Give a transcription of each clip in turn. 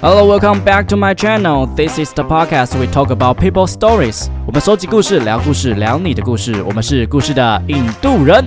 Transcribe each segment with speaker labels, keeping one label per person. Speaker 1: Hello, welcome back to my channel. This is the podcast we talk about people stories. 我们收集故事，聊故事，聊你的故事。我们是故事的印度人。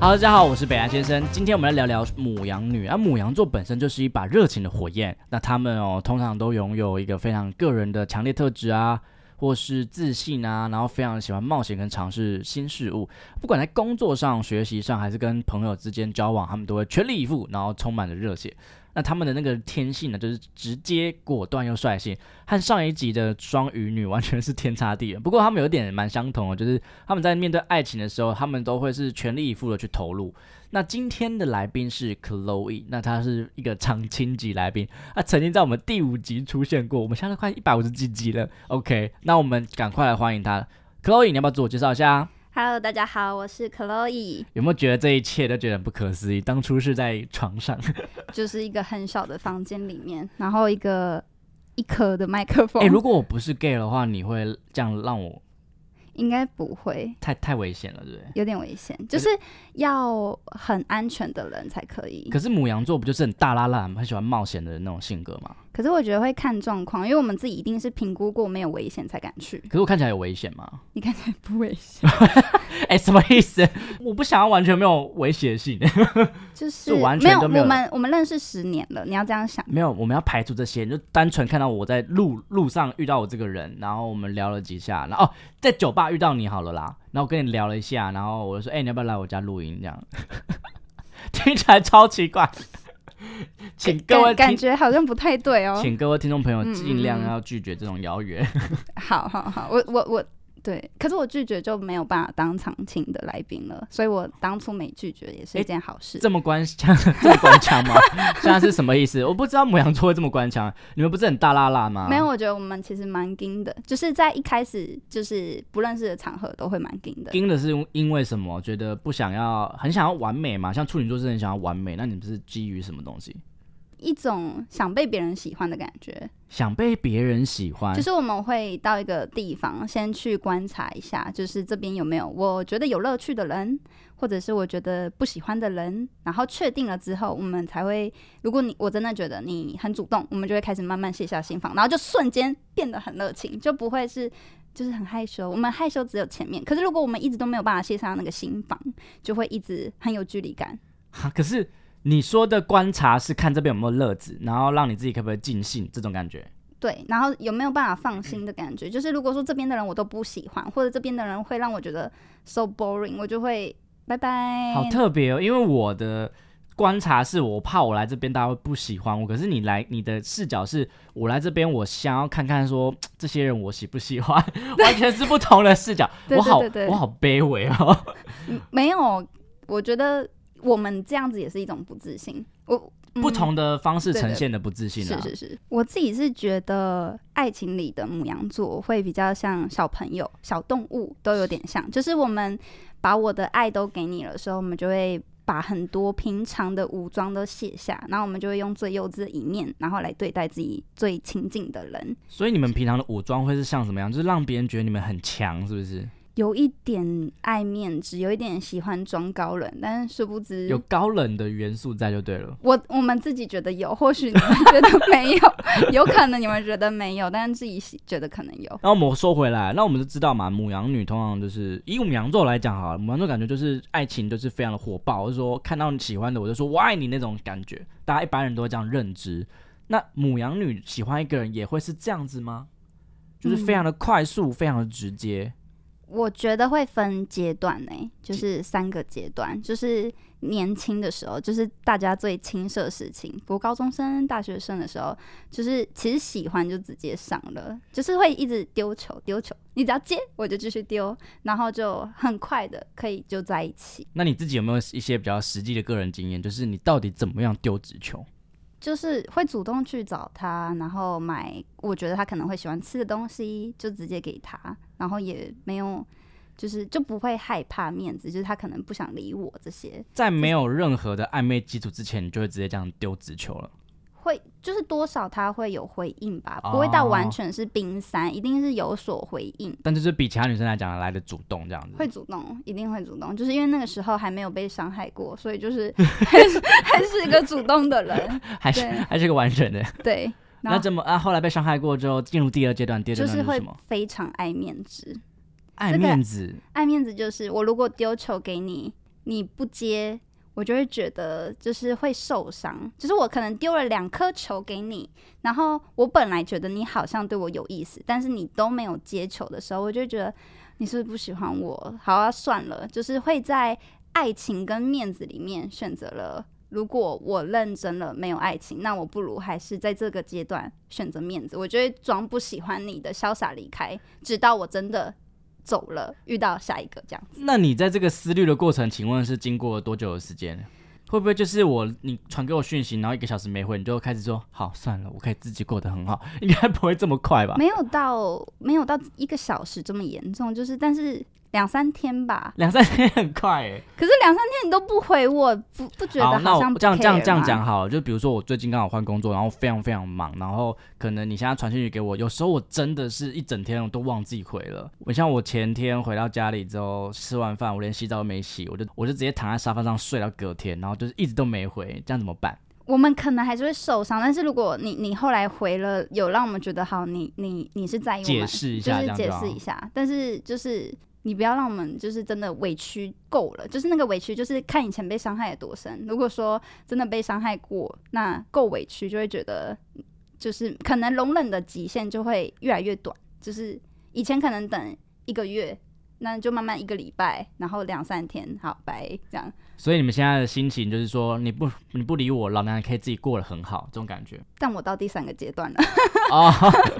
Speaker 1: Hello，大家好，我是北兰先生。今天我们来聊聊母羊女。啊，母羊座本身就是一把热情的火焰。那他们哦，通常都拥有一个非常个人的强烈特质啊，或是自信啊，然后非常喜欢冒险跟尝试新事物。不管在工作上、学习上，还是跟朋友之间交往，他们都会全力以赴，然后充满了热血。那他们的那个天性呢，就是直接、果断又率性，和上一集的双鱼女完全是天差地远。不过他们有点蛮相同的，就是他们在面对爱情的时候，他们都会是全力以赴的去投入。那今天的来宾是 Chloe，那她是一个常青级来宾，她曾经在我们第五集出现过，我们现在快一百五十几集了。OK，那我们赶快来欢迎她。Chloe，你要不要自我介绍一下？
Speaker 2: Hello，大家好，我是 Chloe，
Speaker 1: 有没有觉得这一切都觉得很不可思议？当初是在床上，
Speaker 2: 就是一个很小的房间里面，然后一个一颗的麦克风，
Speaker 1: 哎、如果我不是 gay 的话，你会这样让我
Speaker 2: 应该不会，
Speaker 1: 太太危险了，对不对？
Speaker 2: 有点危险，
Speaker 1: 可
Speaker 2: 就是是要很安全的人才可以。
Speaker 1: 可是母羊座不就是很大拉拉、很喜欢冒险的那种性格吗？
Speaker 2: 可是我觉得会看状况，因为我们自己一定是评估过没有危险才敢去。
Speaker 1: 可是我看起来有危险吗？
Speaker 2: 你看起来不危险，
Speaker 1: 哎、什么意思？ 我不想要完全没有威胁性，
Speaker 2: 就是
Speaker 1: 是完全都没有
Speaker 2: 我们我们认识十年了，你要这样想。
Speaker 1: 没有，我们要排除这些，就单纯看到我在路路上遇到我这个人，然后我们聊了几下，然后、哦、在酒吧遇到你好了啦，然后我跟你聊了一下，然后我就说，哎、你要不要来我家录音？这样 听起来超奇怪，请各位
Speaker 2: 感感
Speaker 1: 听。
Speaker 2: 觉好像不太对哦。
Speaker 1: 请各位听众朋友
Speaker 2: 嗯嗯
Speaker 1: 尽量
Speaker 2: 嗯
Speaker 1: 要拒绝这种邀约。
Speaker 2: 好好好，我我我对，可是我拒绝就没有办法当场请的来宾了，所以我当初没拒绝也是一件好事。
Speaker 1: 这么官腔， 这么官腔吗？现在是什么意思？我不知道母羊座会这么官腔，你们不是很大拉拉吗？
Speaker 2: 没有，，我觉得我们其实蛮硬的，就是在一开始就是不认识的场合都会蛮硬的。
Speaker 1: 盯的是因因为什么？觉得不想要，很想要完美嘛？像处女座是很想要完美，那你们是基于什么东西？
Speaker 2: 一种想被别人喜欢的感觉，
Speaker 1: 想被别人喜欢，
Speaker 2: 就是我们会到一个地方，先去观察一下，就是这边有没有我觉得有乐趣的人，或者是我觉得不喜欢的人，然后确定了之后，我们才会，如果你我真的觉得你很主动，我们就会开始慢慢卸下心防，然后就瞬间变得很热情，就不会是。就是很害羞，我们害羞只有前面，可是如果我们一直都没有办法卸下那个心防，就会一直很有距离感。
Speaker 1: 哈 可是你说的观察是看这边有没有乐子，然后让你自己可不可以尽兴这种感觉。
Speaker 2: 对，然后有没有办法
Speaker 1: 嗯
Speaker 2: 放心的感觉？就是如果说这边的人我都不喜欢，或者这边的人会让我觉得 so boring，我就会拜拜。
Speaker 1: 好特别哦，因为我的观察是我怕我来这边大家会不喜欢我，可是你来你的视角是我来这边我想要看看说这些人我喜不喜欢，完全是不同的视角。
Speaker 2: 对
Speaker 1: 我好
Speaker 2: 对对对
Speaker 1: 我好卑微哦，
Speaker 2: 嗯没有，我觉得我们这样子也是一种不自信。我、嗯
Speaker 1: 不同的方式
Speaker 2: 对对
Speaker 1: 呈现的不自信
Speaker 2: 是
Speaker 1: 啊。
Speaker 2: 是是，我自己是觉得爱情里的母羊座会比较像小朋友、小动物，都有点像。就是我们把我的爱都给你了时候，我们就会把很多平常的武装都卸下，然后我们就会用最幼稚的一面，然后来对待自己最亲近的人。
Speaker 1: 所以你们平常的武装会是像什么样？就是让别人觉得你们很强，是不
Speaker 2: 嗯
Speaker 1: 是？
Speaker 2: 有一点爱面子，有一点喜欢装高冷，但是殊不知
Speaker 1: 有高冷的元素在就对了。
Speaker 2: 我我们自己觉得有，或许你们觉得没有， 有可能你们觉得没有，但是自己喜觉得可能有。
Speaker 1: 然后我们说回来，那我们就知道嘛，母羊女通常就是以母羊座来讲好了，母羊座感觉就是爱情就是非常的火爆，就是说看到你喜欢的我就说我爱你那种感觉，大家一般人都会这样认知。那母羊女喜欢一个人也会是这样子吗？就是非常的快速，非常的直接。
Speaker 2: 我觉得会分阶段呢、就是三个阶段，就是年轻的时候，就是大家最青涩时期，国高中生、大学生的时候，就是其实喜欢就直接上了，就是会一直丢球丢球，你只要接我就继续丢，然后就很快的可以就在一起。
Speaker 1: 那你自己有没有一些比较实际的个人经验？就是你到底怎么样丢直球？
Speaker 2: 就是会主动去找他，然后买我觉得他可能会喜欢吃的东西，就直接给他，然后也没有，就是就不会害怕面子，就是他可能不想理我这些，
Speaker 1: 在没有任何的暧昧基础之前，你就会直接这样丢直球了。
Speaker 2: 会就是多少他会有回应吧，
Speaker 1: 哦
Speaker 2: 不会到完全是冰山，一定是有所回应，
Speaker 1: 但就是比其他女生来讲来的主动这样子。
Speaker 2: 会主动，一定会主动，就是因为那个时候还没有被伤害 过，所以就是还是还是一个主动的人，
Speaker 1: 还是
Speaker 2: 对
Speaker 1: 还是个完整的。
Speaker 2: 对，然
Speaker 1: 那
Speaker 2: 后
Speaker 1: 怎么啊？后来被伤害过之后，进入第二阶段，第二阶
Speaker 2: 就
Speaker 1: 段
Speaker 2: 是
Speaker 1: 是
Speaker 2: 会
Speaker 1: 什么？
Speaker 2: 非常爱面子。
Speaker 1: 爱
Speaker 2: 这个
Speaker 1: 面子，
Speaker 2: 爱面子就是我如果丢球给你，你不接，我就会觉得就是会受伤。就是我可能丢了两颗球给你，然后我本来觉得你好像对我有意思，但是你都没有接球的时候，我就觉得你是不是不喜欢我？好啊，算了，就是会在爱情跟面子里面选择了。如果我认真了没有爱情，那我不如还是在这个阶段选择面子。我就会装不喜欢你的，潇洒离开，直到我真的走了，遇到下一个这样。
Speaker 1: 那你在这个思虑的过程，请问是经过了多久的时间？会不会就是我你传给我讯息，然后一个小时没回，你就开始说好算了，我可以自己过得很好，应该不会这么快吧？
Speaker 2: 没有到没有到一个小时这么严重，就是但是两三天吧。
Speaker 1: 两三天很快哎、
Speaker 2: 可是两三天你都不回我，不不觉得
Speaker 1: 那
Speaker 2: 好
Speaker 1: 我
Speaker 2: 像不
Speaker 1: 这样这样
Speaker 2: care
Speaker 1: 这样
Speaker 2: 吗
Speaker 1: 讲好了，就比如说我最近刚好换工作，然后非常非常忙，然后可能你现在传讯息给我，有时候我真的是一整天我都忘记回了。我像我前天回到家里之后，吃完饭我连洗澡都没洗，我就我就直接躺在沙发上睡到隔天，然后就是一直都没回，这样怎么办？
Speaker 2: 我们可能还是会受伤，但是如果你你后来回了，有让我们觉得好，你你你是在意我
Speaker 1: 解
Speaker 2: 们，
Speaker 1: 释一
Speaker 2: 就
Speaker 1: 下这
Speaker 2: 是
Speaker 1: 样
Speaker 2: 解
Speaker 1: 就好
Speaker 2: 释。一下，但是就是你不要让我们就是真的委屈够了，就是那个委屈，就是看以前被伤害有多深。如果说真的被伤害过，那够委屈就会觉得，就是可能容忍的极限就会越来越短，就是以前可能等一个月。那就慢慢一个礼拜，然后两三天，好，拜，这样。
Speaker 1: 所以你们现在的心情就是说，你不你不理我，老娘也可以自己过得很好，这种感觉
Speaker 2: 但我到第三个阶段了。
Speaker 1: 哦。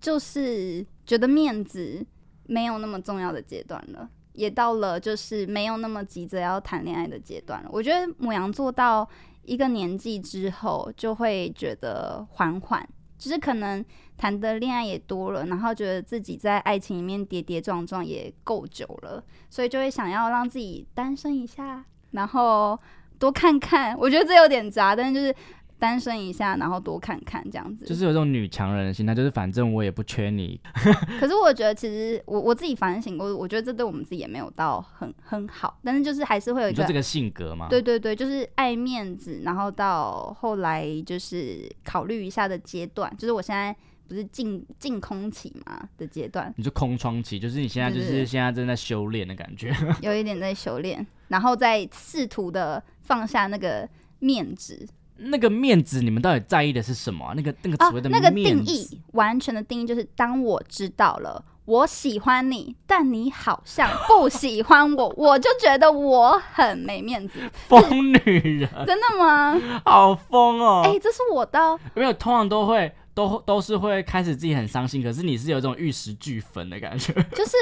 Speaker 2: 就是觉得面子没有那么重要的阶段了，也到了就是没有那么急着要谈恋爱的阶段了。我觉得母羊座到一个年纪之后，就会觉得缓缓，就是可能谈的恋爱也多了，然后觉得自己在爱情里面跌跌撞撞也够久了，所以就会想要让自己单身一下，然后多看看。我觉得这有点杂，但是就是单身一下，然后多看看这样子。
Speaker 1: 就是有这种女强人的心态，就是反正我也不缺你，
Speaker 2: 可是我觉得，其实我我自己反省过，我觉得这对我们自己也没有到很很好，但是就是还是会有一
Speaker 1: 你
Speaker 2: 个
Speaker 1: 就，这个啊性格嘛。
Speaker 2: 对对对，就是爱面子，然后到后来就是考虑一下的阶段，就是我现在不是净净空期嘛的阶段，
Speaker 1: 你就空窗期，就是你现在就
Speaker 2: 对对
Speaker 1: 是
Speaker 2: 对
Speaker 1: 现在正在修炼的感觉。
Speaker 2: 有一点在修炼，然后再试图的放下那个面子
Speaker 1: 那个面子，你们到底在意的是什么啊、那个那个
Speaker 2: 啊
Speaker 1: 所谓，的
Speaker 2: 那个
Speaker 1: 面
Speaker 2: 定
Speaker 1: 子
Speaker 2: 义完全的定义就是，当我知道了。我喜欢你，但你好像不喜欢我，我就觉得我很没面子。
Speaker 1: 疯女 人，
Speaker 2: 真的吗？
Speaker 1: 好疯哦！
Speaker 2: 哎、这是我的，
Speaker 1: 没有，通常都会都都是会开始自己很伤心，可是你是有一种玉石俱焚的感觉。
Speaker 2: 就是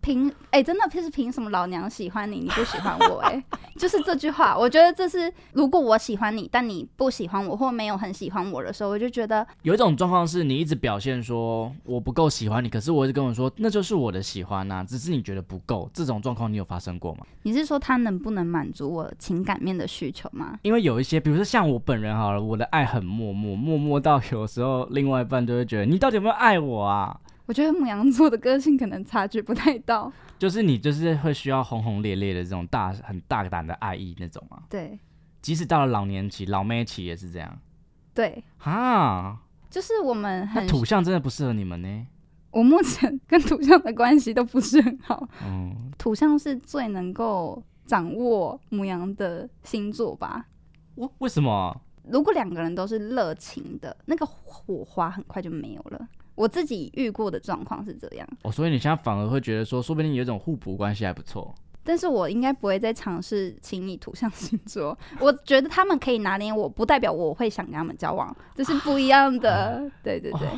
Speaker 2: 凭哎、真的就是凭什么老娘喜欢你，你不喜欢我、哎，就是这句话，我觉得这是如果我喜欢你，但你不喜欢我或没有很喜欢我的时候，我就觉得
Speaker 1: 有一种状况是你一直表现说我不够喜欢你，可是我一直跟我说那就是我的喜欢呐、只是你觉得不够。这种状况你有发生过吗？
Speaker 2: 你是说他能不能满足我情感面的需求吗？
Speaker 1: 因为有一些，比如说像我本人好了，我的爱很默默，默默到有时候另外一半就会觉得你到底有没有爱我啊？
Speaker 2: 我觉得母羊座的个性可能察觉不太到，
Speaker 1: 就是你就是会需要轰轰烈烈的这种大很大胆的爱意那种啊，
Speaker 2: 对
Speaker 1: 即使到了老年期、老妹期也是这样
Speaker 2: 对，
Speaker 1: 啊。
Speaker 2: 就是我们很
Speaker 1: 那土象真的不适合你们呢。
Speaker 2: 我目前跟土象的关系都不是很好，
Speaker 1: 嗯，
Speaker 2: 土象是最能够掌握母羊的星座吧，
Speaker 1: 我为什么？
Speaker 2: 如果两个人都是热情的，那个火花很快就没有了。我自己遇过的状况是这样，
Speaker 1: 哦，所以你现在反而会觉得说，说不定有一种互补关系还不错。
Speaker 2: 但是我应该不会再尝试请你图像星座。我觉得他们可以拿捏我，不代表我会想跟他们交往，这是不一样的。对对对，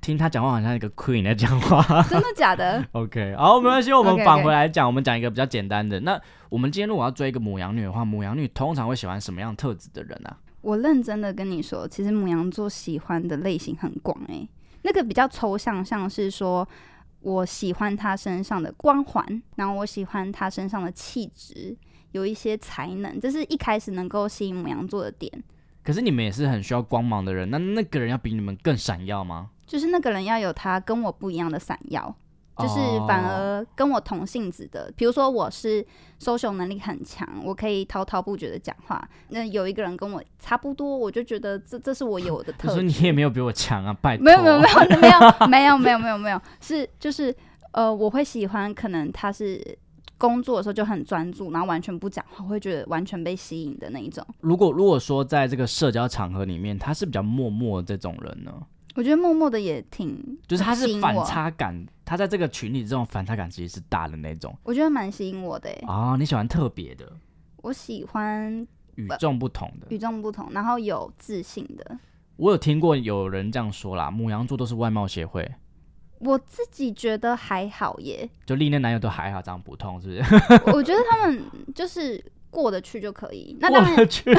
Speaker 1: 听他讲话好像一个 queen 在讲话。
Speaker 2: 真的假的？
Speaker 1: OK，好，没关系，我们
Speaker 2: OK，OK
Speaker 1: 返回来讲我们讲一个比较简单的。那我们今天如果要追一个母羊女的话，母羊女通常会喜欢什么样特质的人啊？
Speaker 2: 我认真的跟你说，其实母羊座喜欢的类型很广诶、那个比较抽象，像是说我喜欢他身上的光环，然后我喜欢他身上的气质，有一些才能，这是一开始能够吸引母羊座的点，
Speaker 1: 可是你们也是很需要光芒的人，那那个人要比你们更闪耀吗？
Speaker 2: 就是那个人要有他跟我不一样的闪耀。就是
Speaker 1: 哦
Speaker 2: 反而跟我同性质的，比如说我是 social 能力很强，我可以滔滔不绝的讲话。那有一个人跟我差不多，我就觉得这这是 我有的
Speaker 1: 就
Speaker 2: 特
Speaker 1: 说
Speaker 2: 质。
Speaker 1: 你也没有比我强啊，拜托。
Speaker 2: 没有没有没有没有没有 没有没有没有，是就是呃，我会喜欢可能他是工作的时候就很专注，然后完全不讲话，会觉得完全被吸引的那一种。
Speaker 1: 如果如果说在这个社交场合里面，他是比较默默的这种人呢，
Speaker 2: 我觉得默默的也挺，
Speaker 1: 就是他
Speaker 2: 吸
Speaker 1: 是
Speaker 2: 引
Speaker 1: 反
Speaker 2: 我
Speaker 1: 差感，他在这个群里这种反差感其实是大的那种
Speaker 2: 我觉得蛮吸引我的、欸。
Speaker 1: 啊、你喜欢特别的、
Speaker 2: 我喜欢
Speaker 1: 与众不同的
Speaker 2: 与。众不同，然后有自信的。
Speaker 1: 我有听过有人这样说啦，母羊座都是外貌协会，
Speaker 2: 我自己觉得还好耶，
Speaker 1: 就历任男友都还好，长得普通，是不是？
Speaker 2: 我我觉得他们就是过得去就可以。那
Speaker 1: 过
Speaker 2: 当然
Speaker 1: 得去，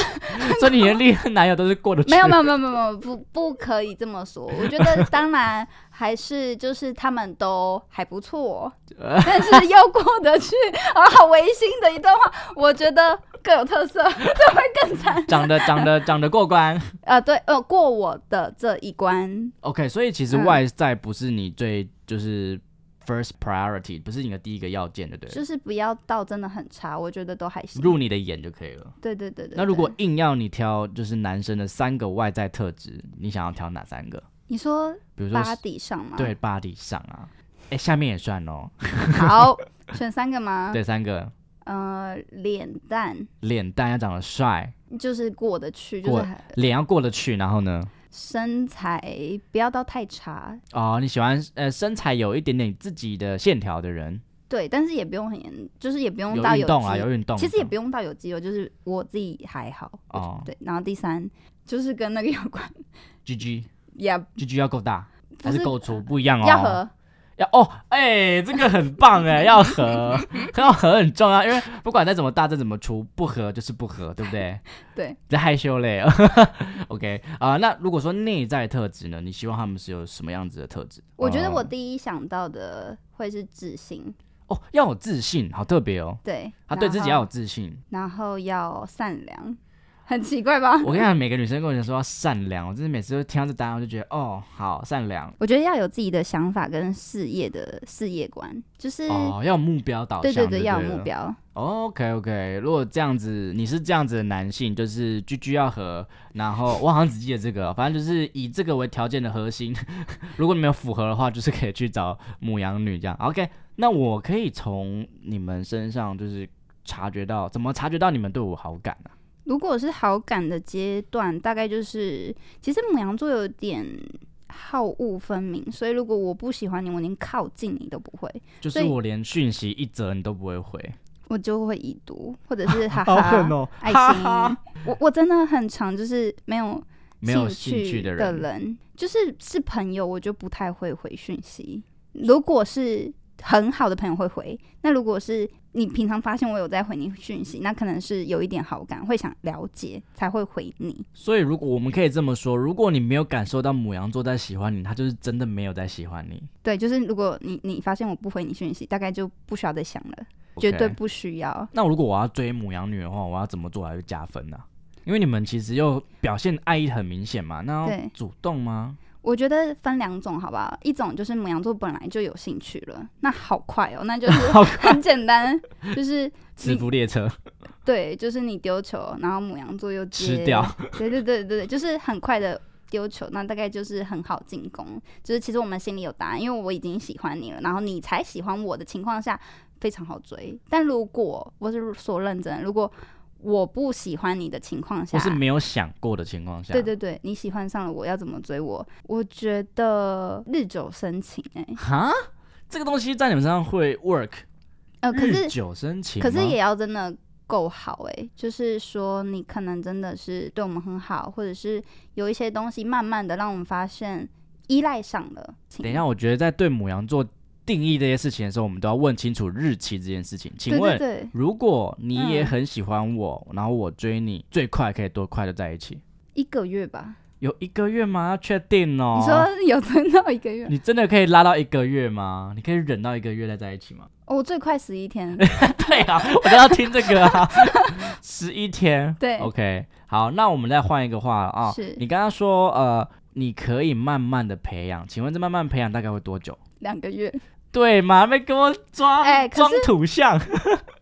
Speaker 1: 所以你的历任男友都是过得去。
Speaker 2: 没有没有没有没有没有不不可以这 么说。我觉得当然还是就是他们都还不 错，但是又过得去，啊，好违心的一段话，我觉得各有 特色，这会更惨。
Speaker 1: 长得长得长得过 关。
Speaker 2: 呃，对，呃，过我的这一关，
Speaker 1: OK，所以其实
Speaker 2: 嗯
Speaker 1: 外在不是你最就是 first priority，不是你的第一个要件，对不对？
Speaker 2: 就是不要到真的很差，我觉得都还行。
Speaker 1: 入你的眼就可以了。
Speaker 2: 对对对对。
Speaker 1: 那如果
Speaker 2: 对
Speaker 1: 硬要你挑就是男生的三个外在特质，你想要挑哪三个？
Speaker 2: 你说
Speaker 1: 比如说
Speaker 2: 八底上吗？
Speaker 1: 对，body 上啊，哎、下面也算哦。
Speaker 2: 好，选三个吗？
Speaker 1: 对，三个
Speaker 2: 呃，脸蛋
Speaker 1: 脸蛋要长得帅，
Speaker 2: 就是过得去，就
Speaker 1: 过
Speaker 2: 是还
Speaker 1: 脸要过得去，然后呢？
Speaker 2: 身材不要到太差，
Speaker 1: 哦，你喜欢呃身材有一点点自己的线条的人，
Speaker 2: 对，但是也不用很严，就是也不用
Speaker 1: 有
Speaker 2: 到
Speaker 1: 运动啊，
Speaker 2: 肌
Speaker 1: 有运动。
Speaker 2: 其实也不
Speaker 1: 用
Speaker 2: 用到有肌肉，就是我自己还好。我觉
Speaker 1: 哦
Speaker 2: 对，然后第三就是跟那个有关，
Speaker 1: G G
Speaker 2: 也
Speaker 1: G G 要够大还
Speaker 2: 不
Speaker 1: 是
Speaker 2: 是
Speaker 1: 够粗不一样哦。
Speaker 2: 要合。
Speaker 1: 要哦，哎、这个很棒哎，要合，要合很重啊要，因为不管再怎么大，再怎么粗，不合就是不合，对不对？
Speaker 2: 对，
Speaker 1: 你在害羞嘞。OK 啊、那如果说内在特质呢，你希望他们是有什么样子的特质？
Speaker 2: 我觉得
Speaker 1: 嗯
Speaker 2: 我第一想到的会是自信，
Speaker 1: 哦要有自信，好特别哦，
Speaker 2: 对，
Speaker 1: 他对自己
Speaker 2: 然
Speaker 1: 要有
Speaker 2: 后，
Speaker 1: 自信。
Speaker 2: 然后要善良，很奇怪吧？
Speaker 1: 我跟你讲，每个女生跟我讲说要善良，我真的每次都听到这答案，我就觉得哦，好善良
Speaker 2: 我觉得要有自己的想法跟事业的事业观，就是、
Speaker 1: 哦，要有目标导向，
Speaker 2: 对
Speaker 1: 对
Speaker 2: 对，要有
Speaker 1: 了
Speaker 2: 目。标。
Speaker 1: OK OK，如果这样子，你是这样子的男性，就是居居要和，然后我好像只记得这个，哦反正就是以这个为条件的核心。 如果你没有符合的话，就是可以去找母羊女这样。OK，那我可以从你们身上就是察觉到，怎么察觉到你们对我好感啊呢、
Speaker 2: 如果是好感的阶段，大概就是其实母羊座有点好恶分明，所以如果我不喜欢你，我连靠近你都不会，
Speaker 1: 就是
Speaker 2: 所以
Speaker 1: 我连讯息一则你都不会回，
Speaker 2: 我就会已读，或者是啊哈哈、
Speaker 1: 哦
Speaker 2: 爱
Speaker 1: 哈
Speaker 2: 心
Speaker 1: 哈。
Speaker 2: 我我真的很常就是没有
Speaker 1: 没有
Speaker 2: 兴
Speaker 1: 兴趣的
Speaker 2: 人，
Speaker 1: 人
Speaker 2: 就是是朋友，我就不太会回讯息。如果是很好的朋友会回，那如果是你平常发现我有在回你讯息，那可能是有一点好感，会想了解才会回你。
Speaker 1: 所以，如果我们可以这么说，如果你没有感受到母羊座在喜欢你，他就是真的没有在喜欢你。
Speaker 2: 对，就是如果你你发现我不回你讯息，大概就不需要再想了绝
Speaker 1: OK
Speaker 2: 对不需要。
Speaker 1: 那如果我要追母羊女的话，我要怎么做才会加分呢、啊因为你们其实又表现爱意很明显嘛，那要
Speaker 2: 对
Speaker 1: 主动吗？
Speaker 2: 我觉得分两种，好不好？一种就是母羊座本来就有兴趣了，那好快哦，那就是很简单，就是
Speaker 1: 磁浮列车
Speaker 2: 对，就是你丢球，然后母羊座又接，
Speaker 1: 吃掉，
Speaker 2: 对对对对对，就是很快的丢球，那大概就是很好进攻。就是其实我们心里有答案，因为我已经喜欢你了，然后你才喜欢我的情况下，非常好追。但如果我是说认真，如果我不喜欢你的情况下
Speaker 1: 或，是没有想过的情况下，
Speaker 2: 对对对，你喜欢上了我，要怎么追我？我觉得日久生情哎、
Speaker 1: 哈，这个东西在你们身上会 work，
Speaker 2: 呃，可
Speaker 1: 日
Speaker 2: 是
Speaker 1: 久生情吗，
Speaker 2: 可是也要真的够好哎、就是说你可能真的是对我们很好，或者是有一些东西慢慢的让我们发现依赖上了。
Speaker 1: 等一下，，我觉得在对母羊座定义这些事情的时候，我们都要问清楚日期这件事情。请
Speaker 2: 对
Speaker 1: 问，
Speaker 2: 对对，
Speaker 1: 如果你也
Speaker 2: 嗯
Speaker 1: 很喜欢我，然后我追你，最快可以多快的在一起？
Speaker 2: 一个月吧。
Speaker 1: 有一个月吗？要确定哦。
Speaker 2: 你 说有存到一个 月？
Speaker 1: 你真的可以拉到一个月吗？你可以忍到一个月再在一起吗？
Speaker 2: 哦我最快十一天。
Speaker 1: 对啊，我都要听这个 啊，十一天。
Speaker 2: 对
Speaker 1: ，OK，好，那我们再换一个话啊、
Speaker 2: 是
Speaker 1: 你刚刚说呃，你可以慢慢的培养，请问这慢慢培养大概会多久？
Speaker 2: 两个月，
Speaker 1: 对嘛？没给我装
Speaker 2: 哎可
Speaker 1: 啊装
Speaker 2: 是
Speaker 1: 土 象，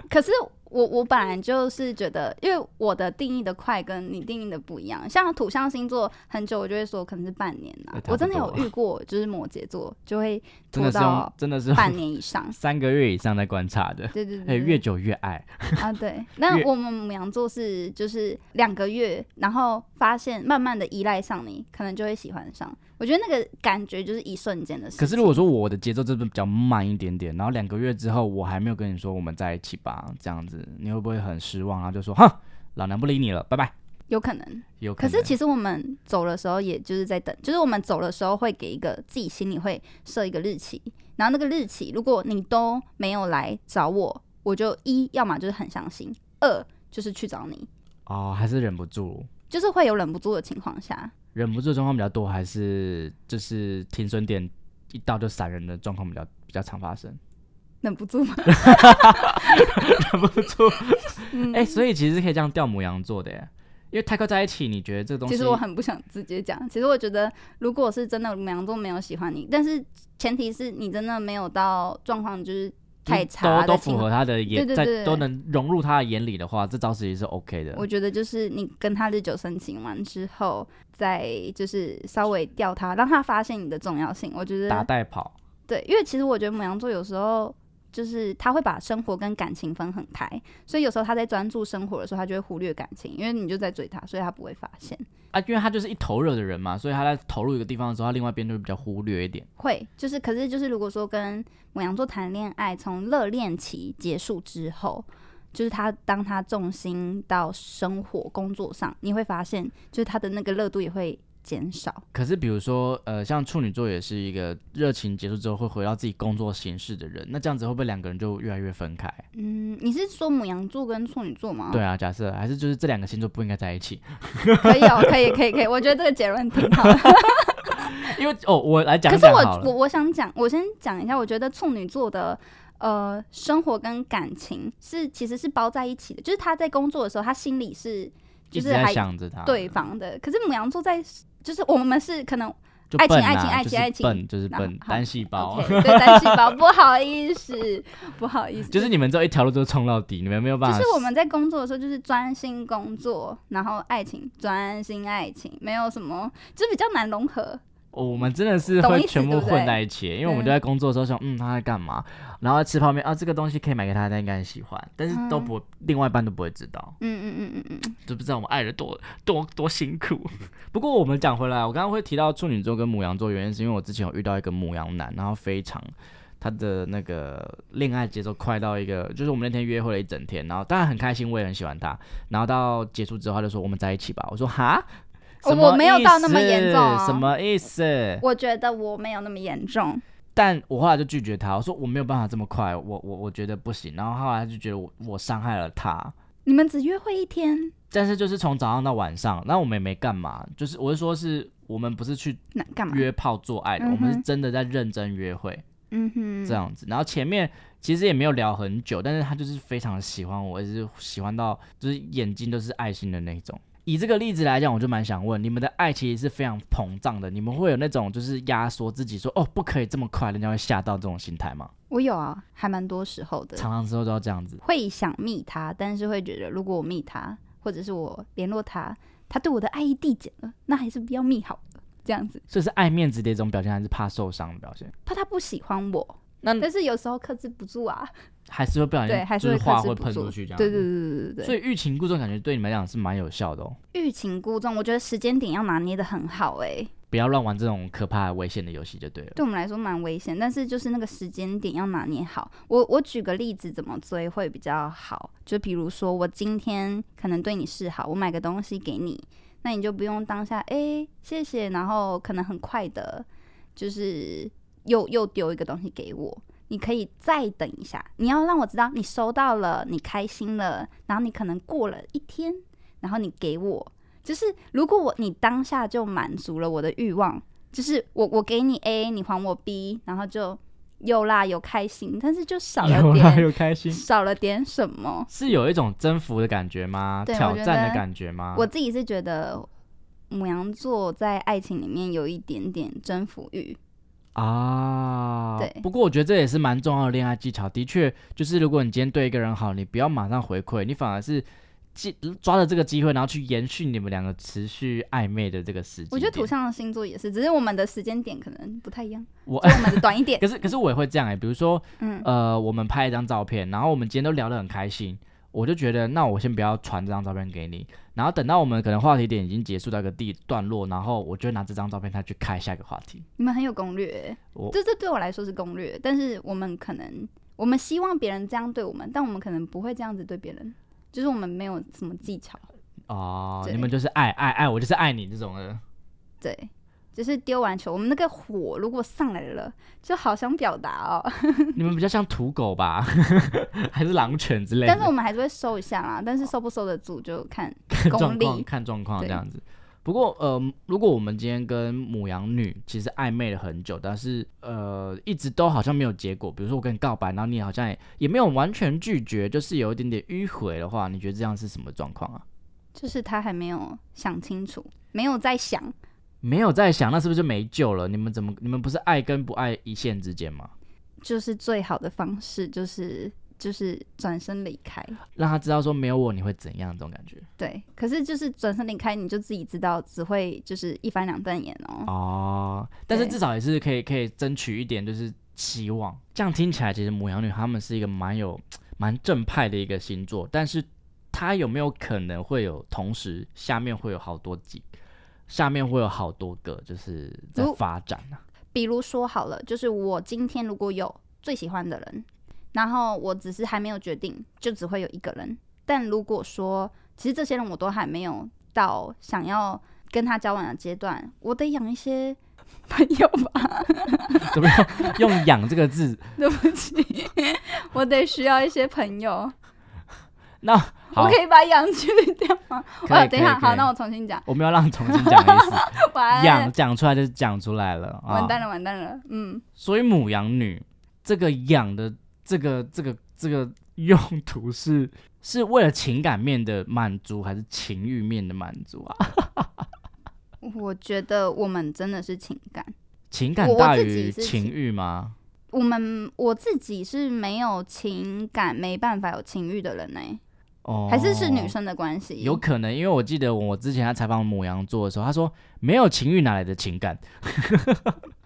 Speaker 2: 可是我我本来就是觉得，因为我的定义的快跟你定义的不一样。像土象星座，很久我就会说可能是半年
Speaker 1: 哎
Speaker 2: 啊
Speaker 1: 差。不
Speaker 2: 我真的有
Speaker 1: 多
Speaker 2: 遇过，就是摩羯座就会
Speaker 1: 真的
Speaker 2: 拖
Speaker 1: 是用
Speaker 2: 到
Speaker 1: 真的是用。
Speaker 2: 半嗯年以上
Speaker 1: 三个月以上在观察的，
Speaker 2: 对对
Speaker 1: 哎，
Speaker 2: 对，
Speaker 1: 越久越爱。
Speaker 2: 啊对。那
Speaker 1: 越
Speaker 2: 我们母羊座是就是两个月，然后发现慢慢的依赖上你，可能就会喜欢上。我觉得那个感觉就是一瞬间的事情。
Speaker 1: 可是如果说我的节奏真的比较慢一点点，然后两个月之后我还没有跟你说我们在一起吧，这样子你会不会很失望？然后啊就说哼，老娘不理你了，拜拜。
Speaker 2: 有可能，
Speaker 1: 有
Speaker 2: 可
Speaker 1: 能，
Speaker 2: 是其实我们走的时候，也就是在等，就是我们走的时候会给一个自己心里会设一个日期，然后那个日期如果你都没有来找我，我就一要么就是很伤心，二就是去找你，
Speaker 1: 哦，还是忍不住，
Speaker 2: 就是会有忍不住的情况下，
Speaker 1: 忍不住的状况比较多，还是就是停损点一到就闪人的状况比较比较常发生。
Speaker 2: 嗯忍不住吗？
Speaker 1: 忍不住，
Speaker 2: 嗯，
Speaker 1: 哎、所以其实可以这样调母羊座的耶，因为太快在一起，你觉得这个东西嗯
Speaker 2: 其实我很不想直接讲，其实我觉得如果是真的母羊座没有喜欢你，但是前提是你真的没有到状况就是
Speaker 1: 嗯
Speaker 2: 太
Speaker 1: 都
Speaker 2: 差
Speaker 1: 都
Speaker 2: 的
Speaker 1: 符
Speaker 2: 情
Speaker 1: 合
Speaker 2: 况。
Speaker 1: 他的眼，
Speaker 2: 对对
Speaker 1: 在
Speaker 2: 对
Speaker 1: 都能融入他的眼里的话，这招其实是 OK 的。
Speaker 2: 我觉得就是你跟他日久生情完之后，再就是稍微吊他，让他发现你的重要性。我觉
Speaker 1: 打
Speaker 2: 得
Speaker 1: 带跑，
Speaker 2: 对，因为其实我觉得母羊座有时候就是他会把生活跟感情分很开，所以有时候他在专注生活的时候，他就会忽略感情，因为你就在追他，所以他不会发现。
Speaker 1: 啊，因为他就是一头热的人嘛，所以他在投入一个地方的时候，他另外一边就会比较忽略一点。
Speaker 2: 会就是，可是就是，如果说跟母羊座谈恋爱，从热恋期结束之后，就是他当他重心到生活工作上，你会发现，就是他的那个热度也会减少。
Speaker 1: 可是比如说，呃，像处女座也是一个热情结束之后会回到自己工作形式的人，那这样子会不会两个人就越来越分开？
Speaker 2: 嗯，你是说母羊座跟处女座吗？
Speaker 1: 对，啊，假设还是就是这两个星座不应该在一起，
Speaker 2: 可以哦，可以，可以，可以。我觉得这个结论挺好的。
Speaker 1: 因为哦，我来讲
Speaker 2: 可是
Speaker 1: 讲好
Speaker 2: 我我
Speaker 1: 了，
Speaker 2: 我想讲，我先讲一下，我觉得处女座的呃生活跟感情是其实是包在一起的，就是他在工作的时候，他心里是
Speaker 1: 一直
Speaker 2: 就是
Speaker 1: 在
Speaker 2: 还
Speaker 1: 想着他，
Speaker 2: 对，方的。可是母羊座在就是我们是可能
Speaker 1: 就
Speaker 2: 爱情
Speaker 1: 笨啊
Speaker 2: 爱情爱情爱情
Speaker 1: 就是笨就是
Speaker 2: 然后
Speaker 1: 笨，
Speaker 2: 好
Speaker 1: 单细胞
Speaker 2: OK 对单细胞，不好意思，不好意思，
Speaker 1: 就是你们这一条路都冲到底，你们没有办
Speaker 2: 就
Speaker 1: 法。
Speaker 2: 是我们在工作的时候，就是专心工作，然后爱情专心爱情，没有什么，就比较难融合。
Speaker 1: 哦我们真的是
Speaker 2: 懂
Speaker 1: 会
Speaker 2: 意思
Speaker 1: 全
Speaker 2: 对
Speaker 1: 部
Speaker 2: 不对
Speaker 1: 混在一起，因为我们都在工作的时候想，嗯，他在干嘛？然后吃泡面啊，这个东西可以买给他，他应该很喜欢，但是都不，另外一半都不会知道，
Speaker 2: 嗯嗯嗯嗯嗯，
Speaker 1: 就不知道我们爱的多多多辛苦。 不过我们讲回来，我刚刚会提到处女座跟母羊座，原因是因为我之前有遇到一个母羊男，然后非常。他的那个恋爱节奏快到一个，就是我们那天约会了一整天，然后当然很开心，我也很喜欢他。然后到结束之后，他就说我们在一起吧。我说哈，
Speaker 2: 哦我
Speaker 1: 什么
Speaker 2: 没有到那么
Speaker 1: 意思
Speaker 2: 严重啊
Speaker 1: 什么意思？
Speaker 2: 我觉得我没有那么严重。
Speaker 1: 但我后来就拒绝他，我说我没有办法这么快，我我我觉得不行。然后后来他就觉得我我伤害了他，
Speaker 2: 你们只约会一天，
Speaker 1: 但是就是从早上到晚上，那我们也没干嘛，就是我是说是我们不是去
Speaker 2: 那干嘛？
Speaker 1: 约炮做爱的，
Speaker 2: 嗯哼
Speaker 1: 我们是真的在认真约会
Speaker 2: 嗯哼，
Speaker 1: 这样子。然后前面其实也没有聊很久，但是他就是非常喜欢我，也是喜欢到就是眼睛都是爱心的那种。以这个例子来讲，我就蛮想问，你们的爱其实是非常膨胀的，你们会有那种就是压缩自己说哦不可以这么快，人家会吓到这种心态吗？
Speaker 2: 我有啊，还蛮多时候的，
Speaker 1: 常常之后都要这样子。
Speaker 2: 会想密他，但是会觉得如果我密他，或者是我联络他，他对我的爱意递减了，那还是不要密好了。这样子，
Speaker 1: 所以是爱面子的一种表现，还是怕受伤的表现？
Speaker 2: 怕他不喜欢我，
Speaker 1: 那
Speaker 2: 但是有时候克制不住啊。
Speaker 1: 还是会不小心，
Speaker 2: 对，还
Speaker 1: 就是是话
Speaker 2: 克制
Speaker 1: 会
Speaker 2: 不
Speaker 1: 喷
Speaker 2: 住。
Speaker 1: 出去这样。
Speaker 2: 对对。对对对
Speaker 1: 所
Speaker 2: 对。
Speaker 1: 以欲擒故纵感觉对你们来讲是蛮有效的哦，
Speaker 2: 欲擒故纵，我觉得时间点要拿捏的很好哎、
Speaker 1: 不要乱玩这种可怕危险的游戏就对了。
Speaker 2: 对我们来说蛮危险，但是就是那个时间点要拿捏好。我我举个例子，怎么追会比较好？就比如说我今天可能对你示好，我买个东西给你，那你就不用当下哎、谢谢，然后可能很快的，就是又又丢一个东西给我。你可以再等一下，你要让我知道你收到了，你开心了，然后你可能过了一天，然后你给我，就是如果我你当下就满足了我的欲望，就是我我给你 A，你还我 B，然后就有啦有开心，但是就少了 点
Speaker 1: 有开心，
Speaker 2: 少了点什么。
Speaker 1: 是有一种征服的感觉吗？
Speaker 2: 对
Speaker 1: 挑
Speaker 2: 我觉
Speaker 1: 战的
Speaker 2: 得
Speaker 1: 感觉吗？
Speaker 2: 我自己是觉得母羊座在爱情里面有一点点征服欲，
Speaker 1: 啊，
Speaker 2: 对
Speaker 1: 不过我觉得这也是蛮重要的恋爱技巧。的确，就是如果你今天对一个人好，你不要马上回馈，你反而是记抓着这个机会，然后去延续你们两个持续暧昧的这个时间点。
Speaker 2: 我觉得土象的星座也是，只是我们的时间点可能不太一样，
Speaker 1: 我
Speaker 2: 就我们的短一点。
Speaker 1: 可是可是我也会这样哎、比如说
Speaker 2: 嗯，
Speaker 1: 呃，我们拍一张照片，然后我们今天都聊得很开心，我就觉得那我先不要传这张照片给你，然后等到我们可能话题点已经结束到一个地段落，然后我就会拿这张照片再去开下一个话题。
Speaker 2: 你们很有攻略欸
Speaker 1: 我，
Speaker 2: 这这对我来说是攻略，但是我们可能我们希望别人这样对我们，但我们可能不会这样子对别人，就是我们没有什么技巧，
Speaker 1: 哦，
Speaker 2: 对
Speaker 1: 你们就是爱爱爱，我就是爱你这种的。
Speaker 2: 对，就是丢完球，我们那个火如果上来了，就好想表达哦，
Speaker 1: 你们比较像土狗吧， 还是狼犬之类的？
Speaker 2: 但是我们还是会收一下啦，但是收不收得住就看
Speaker 1: 状
Speaker 2: 功
Speaker 1: 况
Speaker 2: 力，
Speaker 1: 看状况这
Speaker 2: 对
Speaker 1: 样子。不过呃，如果我们今天跟母羊女其实暧昧了很久，但是呃一直都好像没有结果，比如说我跟你告白，然后你好像也也没有完全拒绝，就是有一点点迂回的话，你觉得这样是什么状况啊？
Speaker 2: 就是他还没有想清楚，没有在想，
Speaker 1: 没有在想，那是不是就没救了？你们怎么你们不是爱跟不爱一线之间吗？
Speaker 2: 就是最好的方式就是就是转身离开。
Speaker 1: 让他知道说没有我你会怎样这种感觉
Speaker 2: 对，可是就是转身离开，你就自己知道，只会就是一翻两瞪眼哦。
Speaker 1: 哦，但是
Speaker 2: 对
Speaker 1: 至少也是可以可以争取一点就是希望。这样听起来，其实母羊女她们是一个蛮有蛮正派的一个星座，但是她有没有可能会有同时下面会有好多几，下面会有好多个就是在
Speaker 2: 如
Speaker 1: 发展啊？
Speaker 2: 比如说好了，就是我今天如果有最喜欢的人，然后我只是还没有决定，就只会有一个人。但如果说其实这些人我都还没有到想要跟他交往的阶段，我得养一些朋友吧。
Speaker 1: 怎么用用“养”这个 字？
Speaker 2: 对不起，我得需要一些朋友。
Speaker 1: 那
Speaker 2: 我
Speaker 1: 好，
Speaker 2: 可以把养去掉吗？
Speaker 1: 可以
Speaker 2: 哦，等一
Speaker 1: 可
Speaker 2: 下，
Speaker 1: 以
Speaker 2: 好，
Speaker 1: 可以
Speaker 2: 那我重新讲。
Speaker 1: 我们要让重新讲 一次，
Speaker 2: 完
Speaker 1: 养讲出来就是讲出来了啊。
Speaker 2: 完蛋了，完蛋了。嗯，
Speaker 1: 所以母羊女这个养的这个这个这个用途是 是为了情感面的满足，还是情欲面的满足啊？
Speaker 2: 我觉得我们真的是情感。
Speaker 1: 情感
Speaker 2: 我我
Speaker 1: 大
Speaker 2: 自
Speaker 1: 于
Speaker 2: 己是
Speaker 1: 情
Speaker 2: 情
Speaker 1: 欲吗？
Speaker 2: 我们我自己是没有情感，没办法有情欲的人呢、
Speaker 1: 哦，
Speaker 2: 还是是女？生的关系？
Speaker 1: 有可能，因为我记得我之前在采访母羊座的时候，他说没有情欲哪来的情感？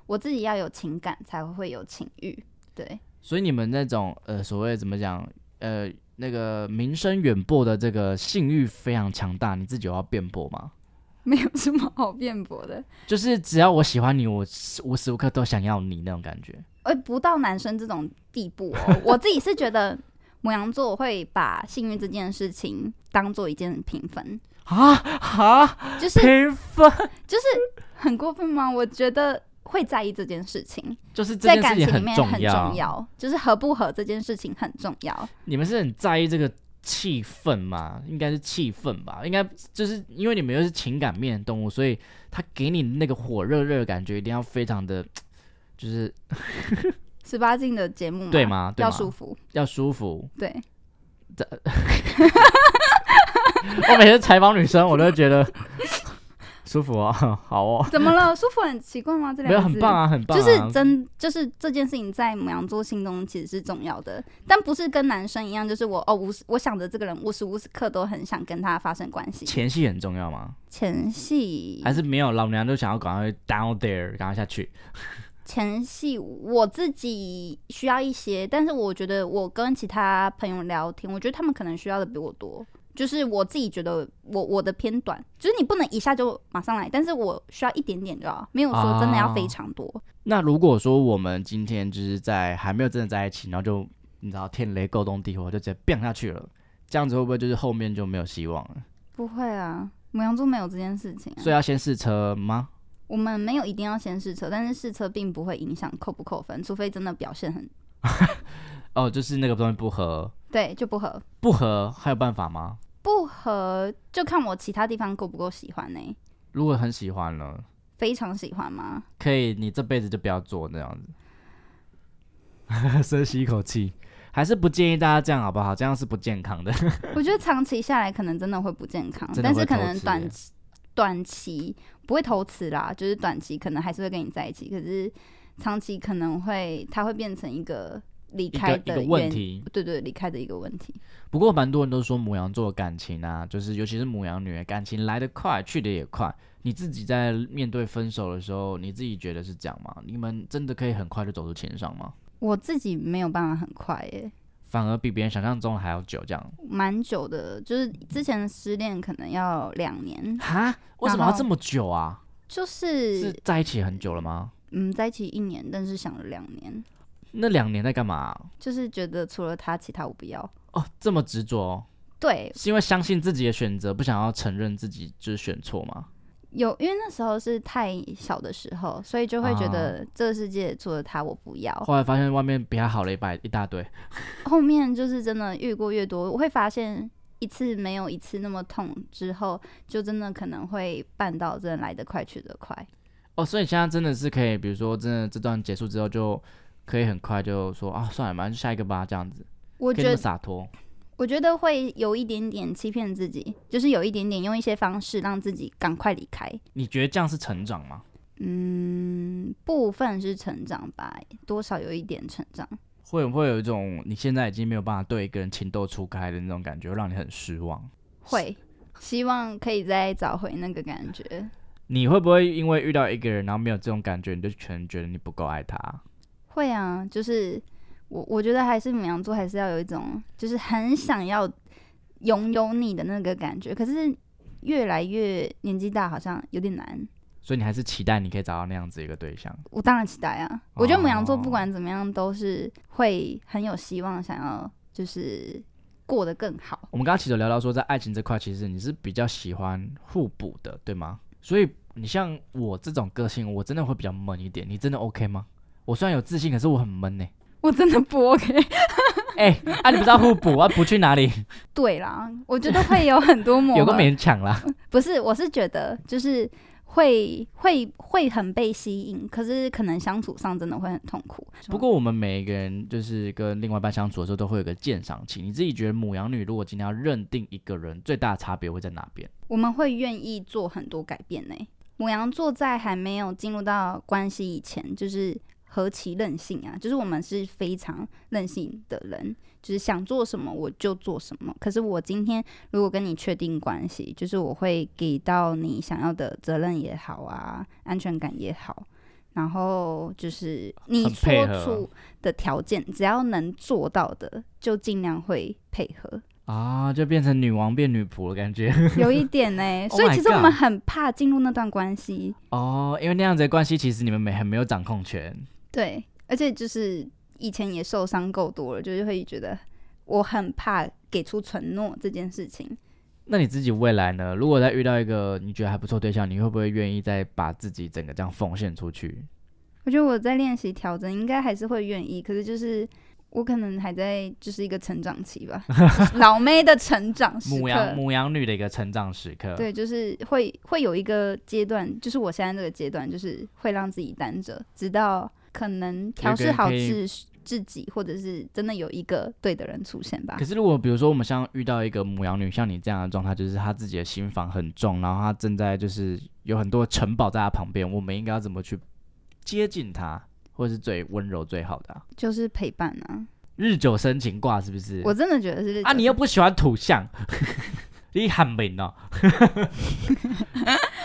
Speaker 2: 我自己要有情感才会有情欲。 对，
Speaker 1: 所以你们那种呃所谓怎么讲呃那个名声远播的这个性欲非常强大，你自己有要辩驳吗？
Speaker 2: 没有什么好辩驳的。
Speaker 1: 就是只要我喜欢你，我无时无刻都想要你那种感觉。
Speaker 2: 呃，不到男生这种地步 哦。我自己是觉得母羊座会把性欲这件事情当做一件评分，
Speaker 1: 啊 啊！
Speaker 2: 就是
Speaker 1: 评分
Speaker 2: 就是很过分吗？我觉得会在意这件事情。
Speaker 1: 就是这
Speaker 2: 在
Speaker 1: 件事
Speaker 2: 感情
Speaker 1: 情
Speaker 2: 里
Speaker 1: 很
Speaker 2: 面
Speaker 1: 重
Speaker 2: 很
Speaker 1: 要。
Speaker 2: 重要，就是合不合这件事情很重要。
Speaker 1: 你们是很在意这个气氛吗？应该是气氛吧，应该就是因为你们又是情感面的动物，所以他给你那个火热热的感觉一定要非常的，就是
Speaker 2: 十八禁的节目嘛
Speaker 1: 对吗？对
Speaker 2: 要
Speaker 1: 吗？
Speaker 2: 舒服，
Speaker 1: 要舒 服。
Speaker 2: 对，
Speaker 1: 我每次采访女生，我都会觉得 舒服哦， 好哦，
Speaker 2: 怎么 了？舒服很奇怪吗？这
Speaker 1: 没有
Speaker 2: 两个
Speaker 1: 很
Speaker 2: 字
Speaker 1: 棒啊，很棒、啊，
Speaker 2: 就是真，就是这件事情在母羊座心中其实是重要的，但不是跟男生一样，就是我哦无时我想着这个人无时无刻都很想跟他发生关系。
Speaker 1: 前戏很重要吗？
Speaker 2: 前戏
Speaker 1: 还是没有？老娘就想要赶快 down there，赶快下去。
Speaker 2: 前戏我自己需要一些，但是我觉得我跟其他朋友聊天，我觉得他们可能需要的比我多。就是我自己觉得我我的偏短，就是你不能一下就马上来，但是我需要一点点就好，没有说真的要非常多。
Speaker 1: 那如果说我们今天就是在还没有真的在一起，然后就你知道天雷勾动地火，就直接变下去了，这样子会不会就是后面就没有希望了？
Speaker 2: 不会啊，母羊座没有这件事情、啊。
Speaker 1: 所以要先试车吗？
Speaker 2: 我们没有一定要先试车，但是试车并不会影响扣不扣分，除非真的表现很
Speaker 1: 哦，就是那个东西不合，
Speaker 2: 对就不合，
Speaker 1: 不合还有办法吗？
Speaker 2: 不合就看我其他地方够不够喜欢呢、
Speaker 1: 如果很喜欢了，
Speaker 2: 非常喜欢吗？
Speaker 1: 可以你这辈子就 不要做那样子，深吸一口气，还是不建议大家这样好不好？这样是不健康的。
Speaker 2: 我觉得长期下来可能真的会不健康，
Speaker 1: 真的
Speaker 2: 但
Speaker 1: 会
Speaker 2: 是可
Speaker 1: 偷
Speaker 2: 能
Speaker 1: 吃耶
Speaker 2: 短期短期不会投资啦，就是短期可能还是会跟你在一起，可是长期可能会它会变成一个离
Speaker 1: 一个
Speaker 2: 开
Speaker 1: 一
Speaker 2: 的
Speaker 1: 个问
Speaker 2: 原，
Speaker 1: 题。
Speaker 2: 对对，离开的一个问题。
Speaker 1: 不过蛮多人都说母羊座感情啊，就是尤其是母羊女，啊感情来得快，去得也快。你自己在面对分手的时候，你自己觉得是这样吗？你们真的可以很快就走出情伤吗？
Speaker 2: 我自己没有办法很快耶，
Speaker 1: 反而比别人想象中还要久，这样
Speaker 2: 蛮久的，就是之前失恋可能要两年，
Speaker 1: 哈？为什么
Speaker 2: 然
Speaker 1: 要
Speaker 2: 后
Speaker 1: 这么久啊？
Speaker 2: 就是
Speaker 1: 是在一起很久了吗？
Speaker 2: 嗯在一起一年，但是想了两年，
Speaker 1: 那两年在干嘛、
Speaker 2: 就是觉得除了他，其他我不要。
Speaker 1: 哦，这么执着哦、
Speaker 2: 对，
Speaker 1: 是因为相信自己的选择，不想要承认自己就是选错吗？
Speaker 2: 有因为那时候是太小的时候，所以就会觉
Speaker 1: 啊
Speaker 2: 得这个世界除了他我不要。
Speaker 1: 后来发现外面比他好了一百一大堆，
Speaker 2: 后面就是真的遇过越多，我会发现一次没有一次那么痛，之后就真的可能会办到真的来得快去得快。
Speaker 1: 哦，所以现在真的是可以，比如说真的这段结束之后，就可以很快就说啊，算了，马上下一个吧，这样子，
Speaker 2: 我
Speaker 1: 可以这
Speaker 2: 觉得
Speaker 1: 么洒脱。
Speaker 2: 我觉得会有一点点欺骗自己，就是有一点点用一些方式让自己赶快离开。
Speaker 1: 你觉得这样是成长吗？
Speaker 2: 嗯，部分是成长吧，多少有一点成长。
Speaker 1: 会不会有一种你现在已经没有办法对一个人情窦初开的那种感觉，会让你很失望？
Speaker 2: 会，希望可以再找回那个感觉。
Speaker 1: 你会不会因为遇到一个人，然后没有这种感觉，你就全然觉得你不够爱他？
Speaker 2: 会啊，就是我我觉得还是母羊座还是要有一种就是很想要拥有你的那个感觉，可是越来越年纪大好像有点难。
Speaker 1: 所以你还是期待你可以找到那样子一个对象。
Speaker 2: 我当然期待啊，我觉得母羊座
Speaker 1: 哦
Speaker 2: 不管怎么样都是会很有希望，想要就是过得更好。
Speaker 1: 我们刚刚其实有聊到说，在爱情这块，其实你是比较喜欢互补的，对吗？所以你像我这种个性，我真的会比较闷一点。你真的 OK 吗？我虽然有自信，可是我很闷呢、
Speaker 2: 我真的不 OK。
Speaker 1: 哎、啊，你不知道互补啊，不去哪里？
Speaker 2: 对啦，我觉得会有很多磨合。
Speaker 1: 有个勉强啦。
Speaker 2: 不是，我是觉得就是会会会很被吸引，可是可能相处上真的会很痛苦。
Speaker 1: 不过我们每一个人就是跟另外一半相处的时候，都会有个鉴赏期。你自己觉得母羊女如果今天要认定一个人，最大的差别会在哪边？
Speaker 2: 我们会愿意做很多改变呢、母羊座在还没有进入到关系以前，就是何其任性啊！就是我们是非常任性的人，就是想做什么我就做什么。可是我今天如果跟你确定关系，就是我会给到你想要的责任也好啊，安全感也好，然后就是你
Speaker 1: 很配
Speaker 2: 说
Speaker 1: 合
Speaker 2: 出的条件，只要能做到的，就尽量会配合。
Speaker 1: 啊，就变成女王变女仆的感觉
Speaker 2: 有一点呢、
Speaker 1: Oh
Speaker 2: 所以
Speaker 1: my
Speaker 2: 其实我
Speaker 1: God
Speaker 2: 们很怕进入那段关系，
Speaker 1: 哦，因为那样子的关系，其实你们没很没有掌控权。
Speaker 2: 对，而且就是以前也受伤够多了，就是会觉得我很怕给出承诺这件事情。
Speaker 1: 那你自己未来呢？如果再遇到一个你觉得还不错对象，你会不会愿意再把自己整个这样奉献出去？
Speaker 2: 我觉得我在练习调整，应该还是会愿意，可是就是我可能还在就是一个成长期吧，老妹的成 长时
Speaker 1: 母羊
Speaker 2: 刻。
Speaker 1: 母羊女的一个成长时刻。，
Speaker 2: 对，就是会会有一个阶段，就是我现在这个阶段，就是会让自己单着，直到可能调试好
Speaker 1: 有一个
Speaker 2: 自自己，或者是真的有一个对的人出现吧
Speaker 1: 可。是如果比如说我们像遇到一个母羊女，像你这样的状态，就是她自己的心房很重，然后她正在就是有很多城堡在她旁边，我们应该要怎么去接近她，或是最温柔最好的啊、
Speaker 2: 就是陪伴啊，
Speaker 1: 日久生情挂是不是？
Speaker 2: 我真的觉得是
Speaker 1: 啊，你又不喜欢土象， 你很明哦，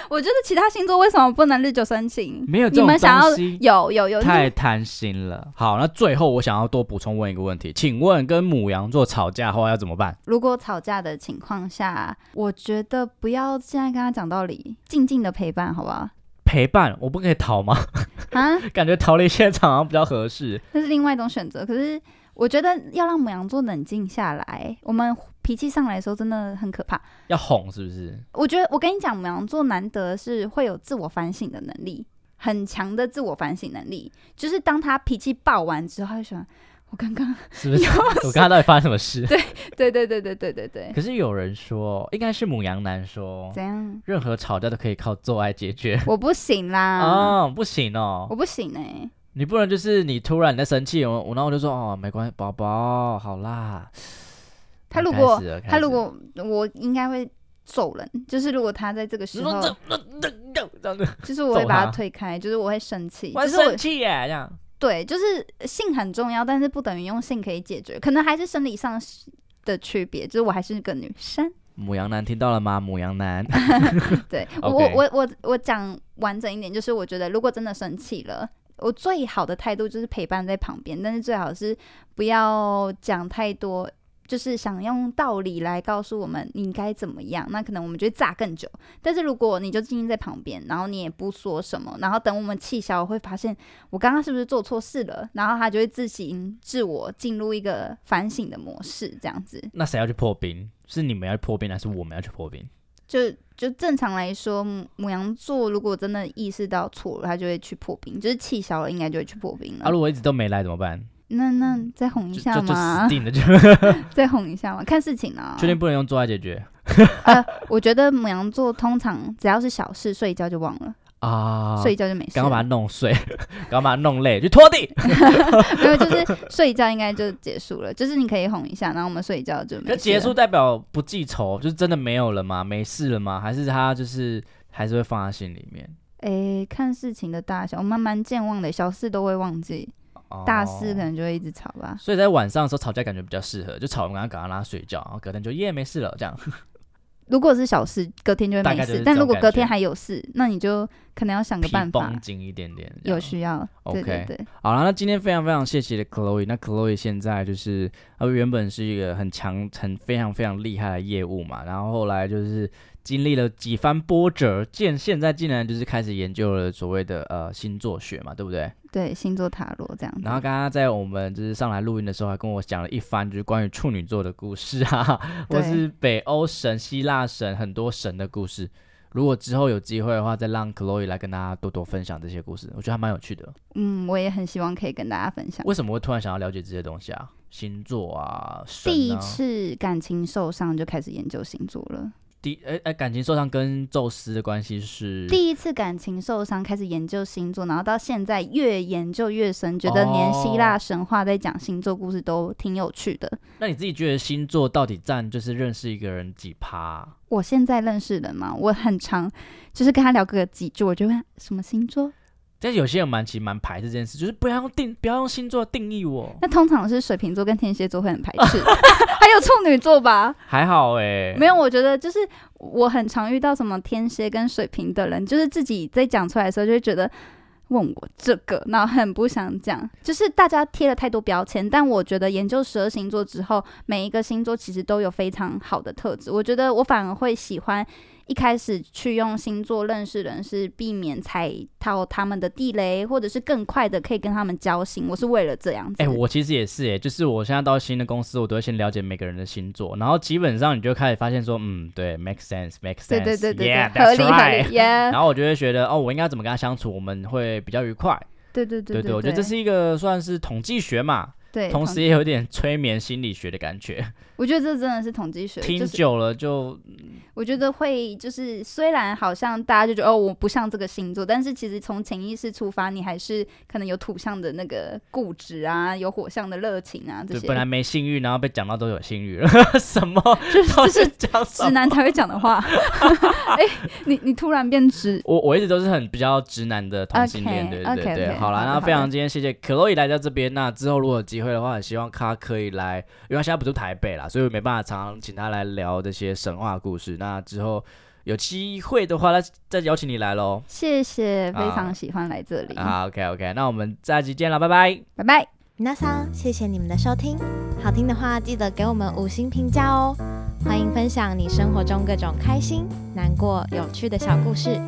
Speaker 2: 我觉得其他星座为什么不能日久生情？
Speaker 1: 没有这
Speaker 2: 你
Speaker 1: 种
Speaker 2: 们想要
Speaker 1: 东西
Speaker 2: 有有有，
Speaker 1: 太贪心了。好，那最后我想要多补充问一个问题，请问跟母羊座吵架后要怎么办？
Speaker 2: 如果吵架的情况下，我觉得不要现在跟他讲道理，静静的陪伴，好不好？
Speaker 1: 陪伴，我不可以逃吗？
Speaker 2: 啊，
Speaker 1: 感觉逃离现场好像比较合适。
Speaker 2: 那是另外一种选择。可是我觉得要让母羊座冷静下来，我们脾气上来的时候真的很可怕。
Speaker 1: 要哄是不是？
Speaker 2: 我觉得我跟你讲，母羊座难得是会有自我反省的能力，很强的自我反省能力。就是当他脾气爆完之后，他就想，我刚 刚
Speaker 1: 是不是？我刚刚到底发生什么事？
Speaker 2: 对对对对对对对，
Speaker 1: 可是有人说，应该是母羊男说，
Speaker 2: 怎样？
Speaker 1: 任何吵架都可以靠做爱解决。
Speaker 2: 我不行啦，
Speaker 1: 哦，不行哦
Speaker 2: 我，不行哎、
Speaker 1: 你不能就是你突然你在生气，我我然后我就说哦，没关系，宝宝，好啦。
Speaker 2: 他如
Speaker 1: 开
Speaker 2: 果
Speaker 1: 始了开
Speaker 2: 他
Speaker 1: 始
Speaker 2: 如果我应该会揍人，就是如果他在这个时
Speaker 1: 你说
Speaker 2: 候，
Speaker 1: 这那那那这样子，
Speaker 2: 就是我会把
Speaker 1: 揍他
Speaker 2: 他推开，就是我会生气，
Speaker 1: 我
Speaker 2: 就
Speaker 1: 很
Speaker 2: 是我
Speaker 1: 生气耶，这样。
Speaker 2: 对，就是性很重要，但是不等于用性可以解决，可能还是生理上的区别，就是我还是个女生。
Speaker 1: 母羊男听到了吗？母羊男，
Speaker 2: 对
Speaker 1: OK
Speaker 2: 我我我我讲完整一点，就是我觉得如果真的生气了，我最好的态度就是陪伴在旁边，但是最好是不要讲太多。就是想用道理来告诉我们你应该怎么样，那可能我们就会炸更久。但是如果你就静静在旁边，然后你也不说什么，然后等我们气消，会发现我刚刚是不是做错事了，然后他就会自行自我进入一个反省的模式，这样子。
Speaker 1: 那谁要去破冰？是你们要去破冰，还是我们要去破冰？
Speaker 2: 就就正常来说，母母羊座如果真的意识到错了，他就会去破冰，就是气消了，应该就会去破冰了。
Speaker 1: 啊，如果一直都没来怎么办？
Speaker 2: 那那再哄嗯一
Speaker 1: 就
Speaker 2: 下
Speaker 1: 就就死
Speaker 2: 嘛，
Speaker 1: 定了， 就
Speaker 2: 再哄一下嘛，看事情啊。
Speaker 1: 确定不能用做爱解决
Speaker 2: 我觉得母羊座通常只要是小事，睡一觉就忘了，
Speaker 1: 啊？
Speaker 2: 睡一觉就没事
Speaker 1: 赶快把它
Speaker 2: 了。
Speaker 1: 弄碎， 赶快把它弄累，去拖地。
Speaker 2: 没有，就是睡一觉应该就结束了。就是你可以哄一下，然后我们睡一觉就没事
Speaker 1: 可
Speaker 2: 了。
Speaker 1: 结束代表不记仇，就是真的没有了吗？没事了吗？还是他就是还是会放在心里面？
Speaker 2: 诶、看事情的大小，我慢慢健忘的，小事都会忘记，
Speaker 1: 哦
Speaker 2: 大事可。能就会一直吵吧。
Speaker 1: 所以在晚上的时候吵架感觉比较适合，就吵完赶快赶快让他睡觉，然后隔天就耶没事了这样。
Speaker 2: 如果是小事，隔天就会
Speaker 1: 大
Speaker 2: 没
Speaker 1: 概就是
Speaker 2: 事；
Speaker 1: 这
Speaker 2: 但
Speaker 1: 种
Speaker 2: 如果
Speaker 1: 感
Speaker 2: 隔
Speaker 1: 觉
Speaker 2: 天还有事，那你就可能要想个
Speaker 1: 皮
Speaker 2: 办法
Speaker 1: 绷，紧一点点。这样
Speaker 2: 有需要。对对
Speaker 1: OK
Speaker 2: 对，
Speaker 1: 好了，那今天非常非常谢谢的 Chloe。那 Chloe 现在就是，她原本是一个很强、很非常非常厉害的业务嘛，然后后来就是经历了几番波折，见现在竟然就是开始研究了所谓的呃星座学嘛，对不对？
Speaker 2: 对星座塔罗这样
Speaker 1: 然后
Speaker 2: 子。
Speaker 1: 刚刚在我们就是上来录音的时候，还跟我讲了一番就是关于处女座的故事啊，
Speaker 2: 对
Speaker 1: 或是北欧神、希腊神很多神的故事。如果之后有机会的话，再让 Chloe 来跟大家多多分享这些故事，我觉得还蛮有趣的。
Speaker 2: 嗯，我也很希望可以跟大家分享。
Speaker 1: 为什么会突然想要了解这些东西啊？星座啊，神
Speaker 2: 第一
Speaker 1: 啊
Speaker 2: 次感情受伤就开始研究星座了。
Speaker 1: 第哎哎、感情受伤跟宙斯的关系是
Speaker 2: 第一次感情受伤开始研究星座，然后到现在越研究越深，觉得连希
Speaker 1: 哦
Speaker 2: 腊神话在讲星座故事都挺有趣的。
Speaker 1: 那你自己觉得星座到底占就是认识一个人几趴啊、
Speaker 2: 我现在认识人嘛，我很常就是跟他聊个几句，我就问他什么星座，
Speaker 1: 但是有些人蛮其实蛮排斥这件事，就是不要用定不要用星座定义我。
Speaker 2: 那通常是水瓶座跟天蝎座会很排斥， 还有处女座吧？
Speaker 1: 还好哎、
Speaker 2: 没有，我觉得就是我很常遇到什么天蝎跟水瓶的人，就是自己在讲出来的时候就会觉得问我这个，然后很不想讲，就是大家贴了太多标签。但我觉得研究十二星座之后，每一个星座其实都有非常好的特质，我觉得我反而会喜欢。一开始去用星座认识人，是避免踩到他们的地雷，或者是更快的可以跟他们交心。我是为了这样子。
Speaker 1: 哎、我其实也是哎、就是我现在到新的公司，我都会先了解每个人的星座，然后基本上你就开始发现说，嗯，对，make sense，make sense，
Speaker 2: 对对对对
Speaker 1: y e
Speaker 2: 对
Speaker 1: a，h
Speaker 2: 合
Speaker 1: that's
Speaker 2: 理合
Speaker 1: right。
Speaker 2: 理耶
Speaker 1: 然后我就会觉得，哦，我应该怎么跟他相处，我们会比较愉快。
Speaker 2: 对对对
Speaker 1: 对
Speaker 2: 对，
Speaker 1: 我觉得这是一个算是统计学嘛，
Speaker 2: 对，
Speaker 1: 同
Speaker 2: 统
Speaker 1: 时也有点催眠心理学的感 觉。
Speaker 2: 我觉得这真的是统计学，
Speaker 1: 听
Speaker 2: 就是
Speaker 1: 久了就
Speaker 2: 我觉得会就是虽然好像大家就觉得哦我不像这个星座，但是其实从潜意识出发，你还是可能有土象的那个固执啊，有火象的热情啊这
Speaker 1: 对，
Speaker 2: 些，
Speaker 1: 本来没性欲，然后被讲到都有性欲了， 什么？
Speaker 2: 就是
Speaker 1: 到
Speaker 2: 就
Speaker 1: 底
Speaker 2: 是
Speaker 1: 讲
Speaker 2: 直
Speaker 1: 什么？
Speaker 2: 男才会讲的话。 哎、你你突然变直，
Speaker 1: 我我一直都是很比较直男的同性恋
Speaker 2: OK，
Speaker 1: 对对对
Speaker 2: OK，OK，
Speaker 1: 对。好
Speaker 2: 好
Speaker 1: 啦，
Speaker 2: 的
Speaker 1: 那
Speaker 2: 好的
Speaker 1: 非常今天谢谢可洛伊来到这边，那之后如果有机会的话，很希望他可以来，因为他现在不住台北啦，所以我没办法常常请他来聊这些神话故事。那之后有机会的话，再再邀请你来喽。
Speaker 2: 谢谢，非
Speaker 1: 啊
Speaker 2: 常喜欢来这里，
Speaker 1: 啊，OK OK，那我们下期见了，拜拜。
Speaker 2: 拜拜。
Speaker 3: 皆さん，谢谢你们的收听，好听的话记得给我们五星评价哦。欢迎分享你生活中各种开心、难过、有趣的小故事，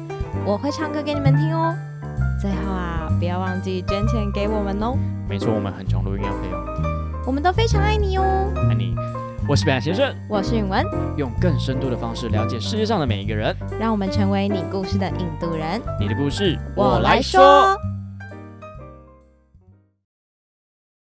Speaker 3: 我会唱歌给你们听哦。最后啊，不要忘记捐钱给我们哦，
Speaker 1: 没错，我们很穷，录音要费用。
Speaker 3: 我们都非常爱你哦。
Speaker 1: 爱你，我是北岸先生，
Speaker 3: 我是允文，
Speaker 1: 哎用更深度的方式了解世界上的每一个人。
Speaker 3: 让我们成为你故事的引渡人。
Speaker 1: 你的故事，。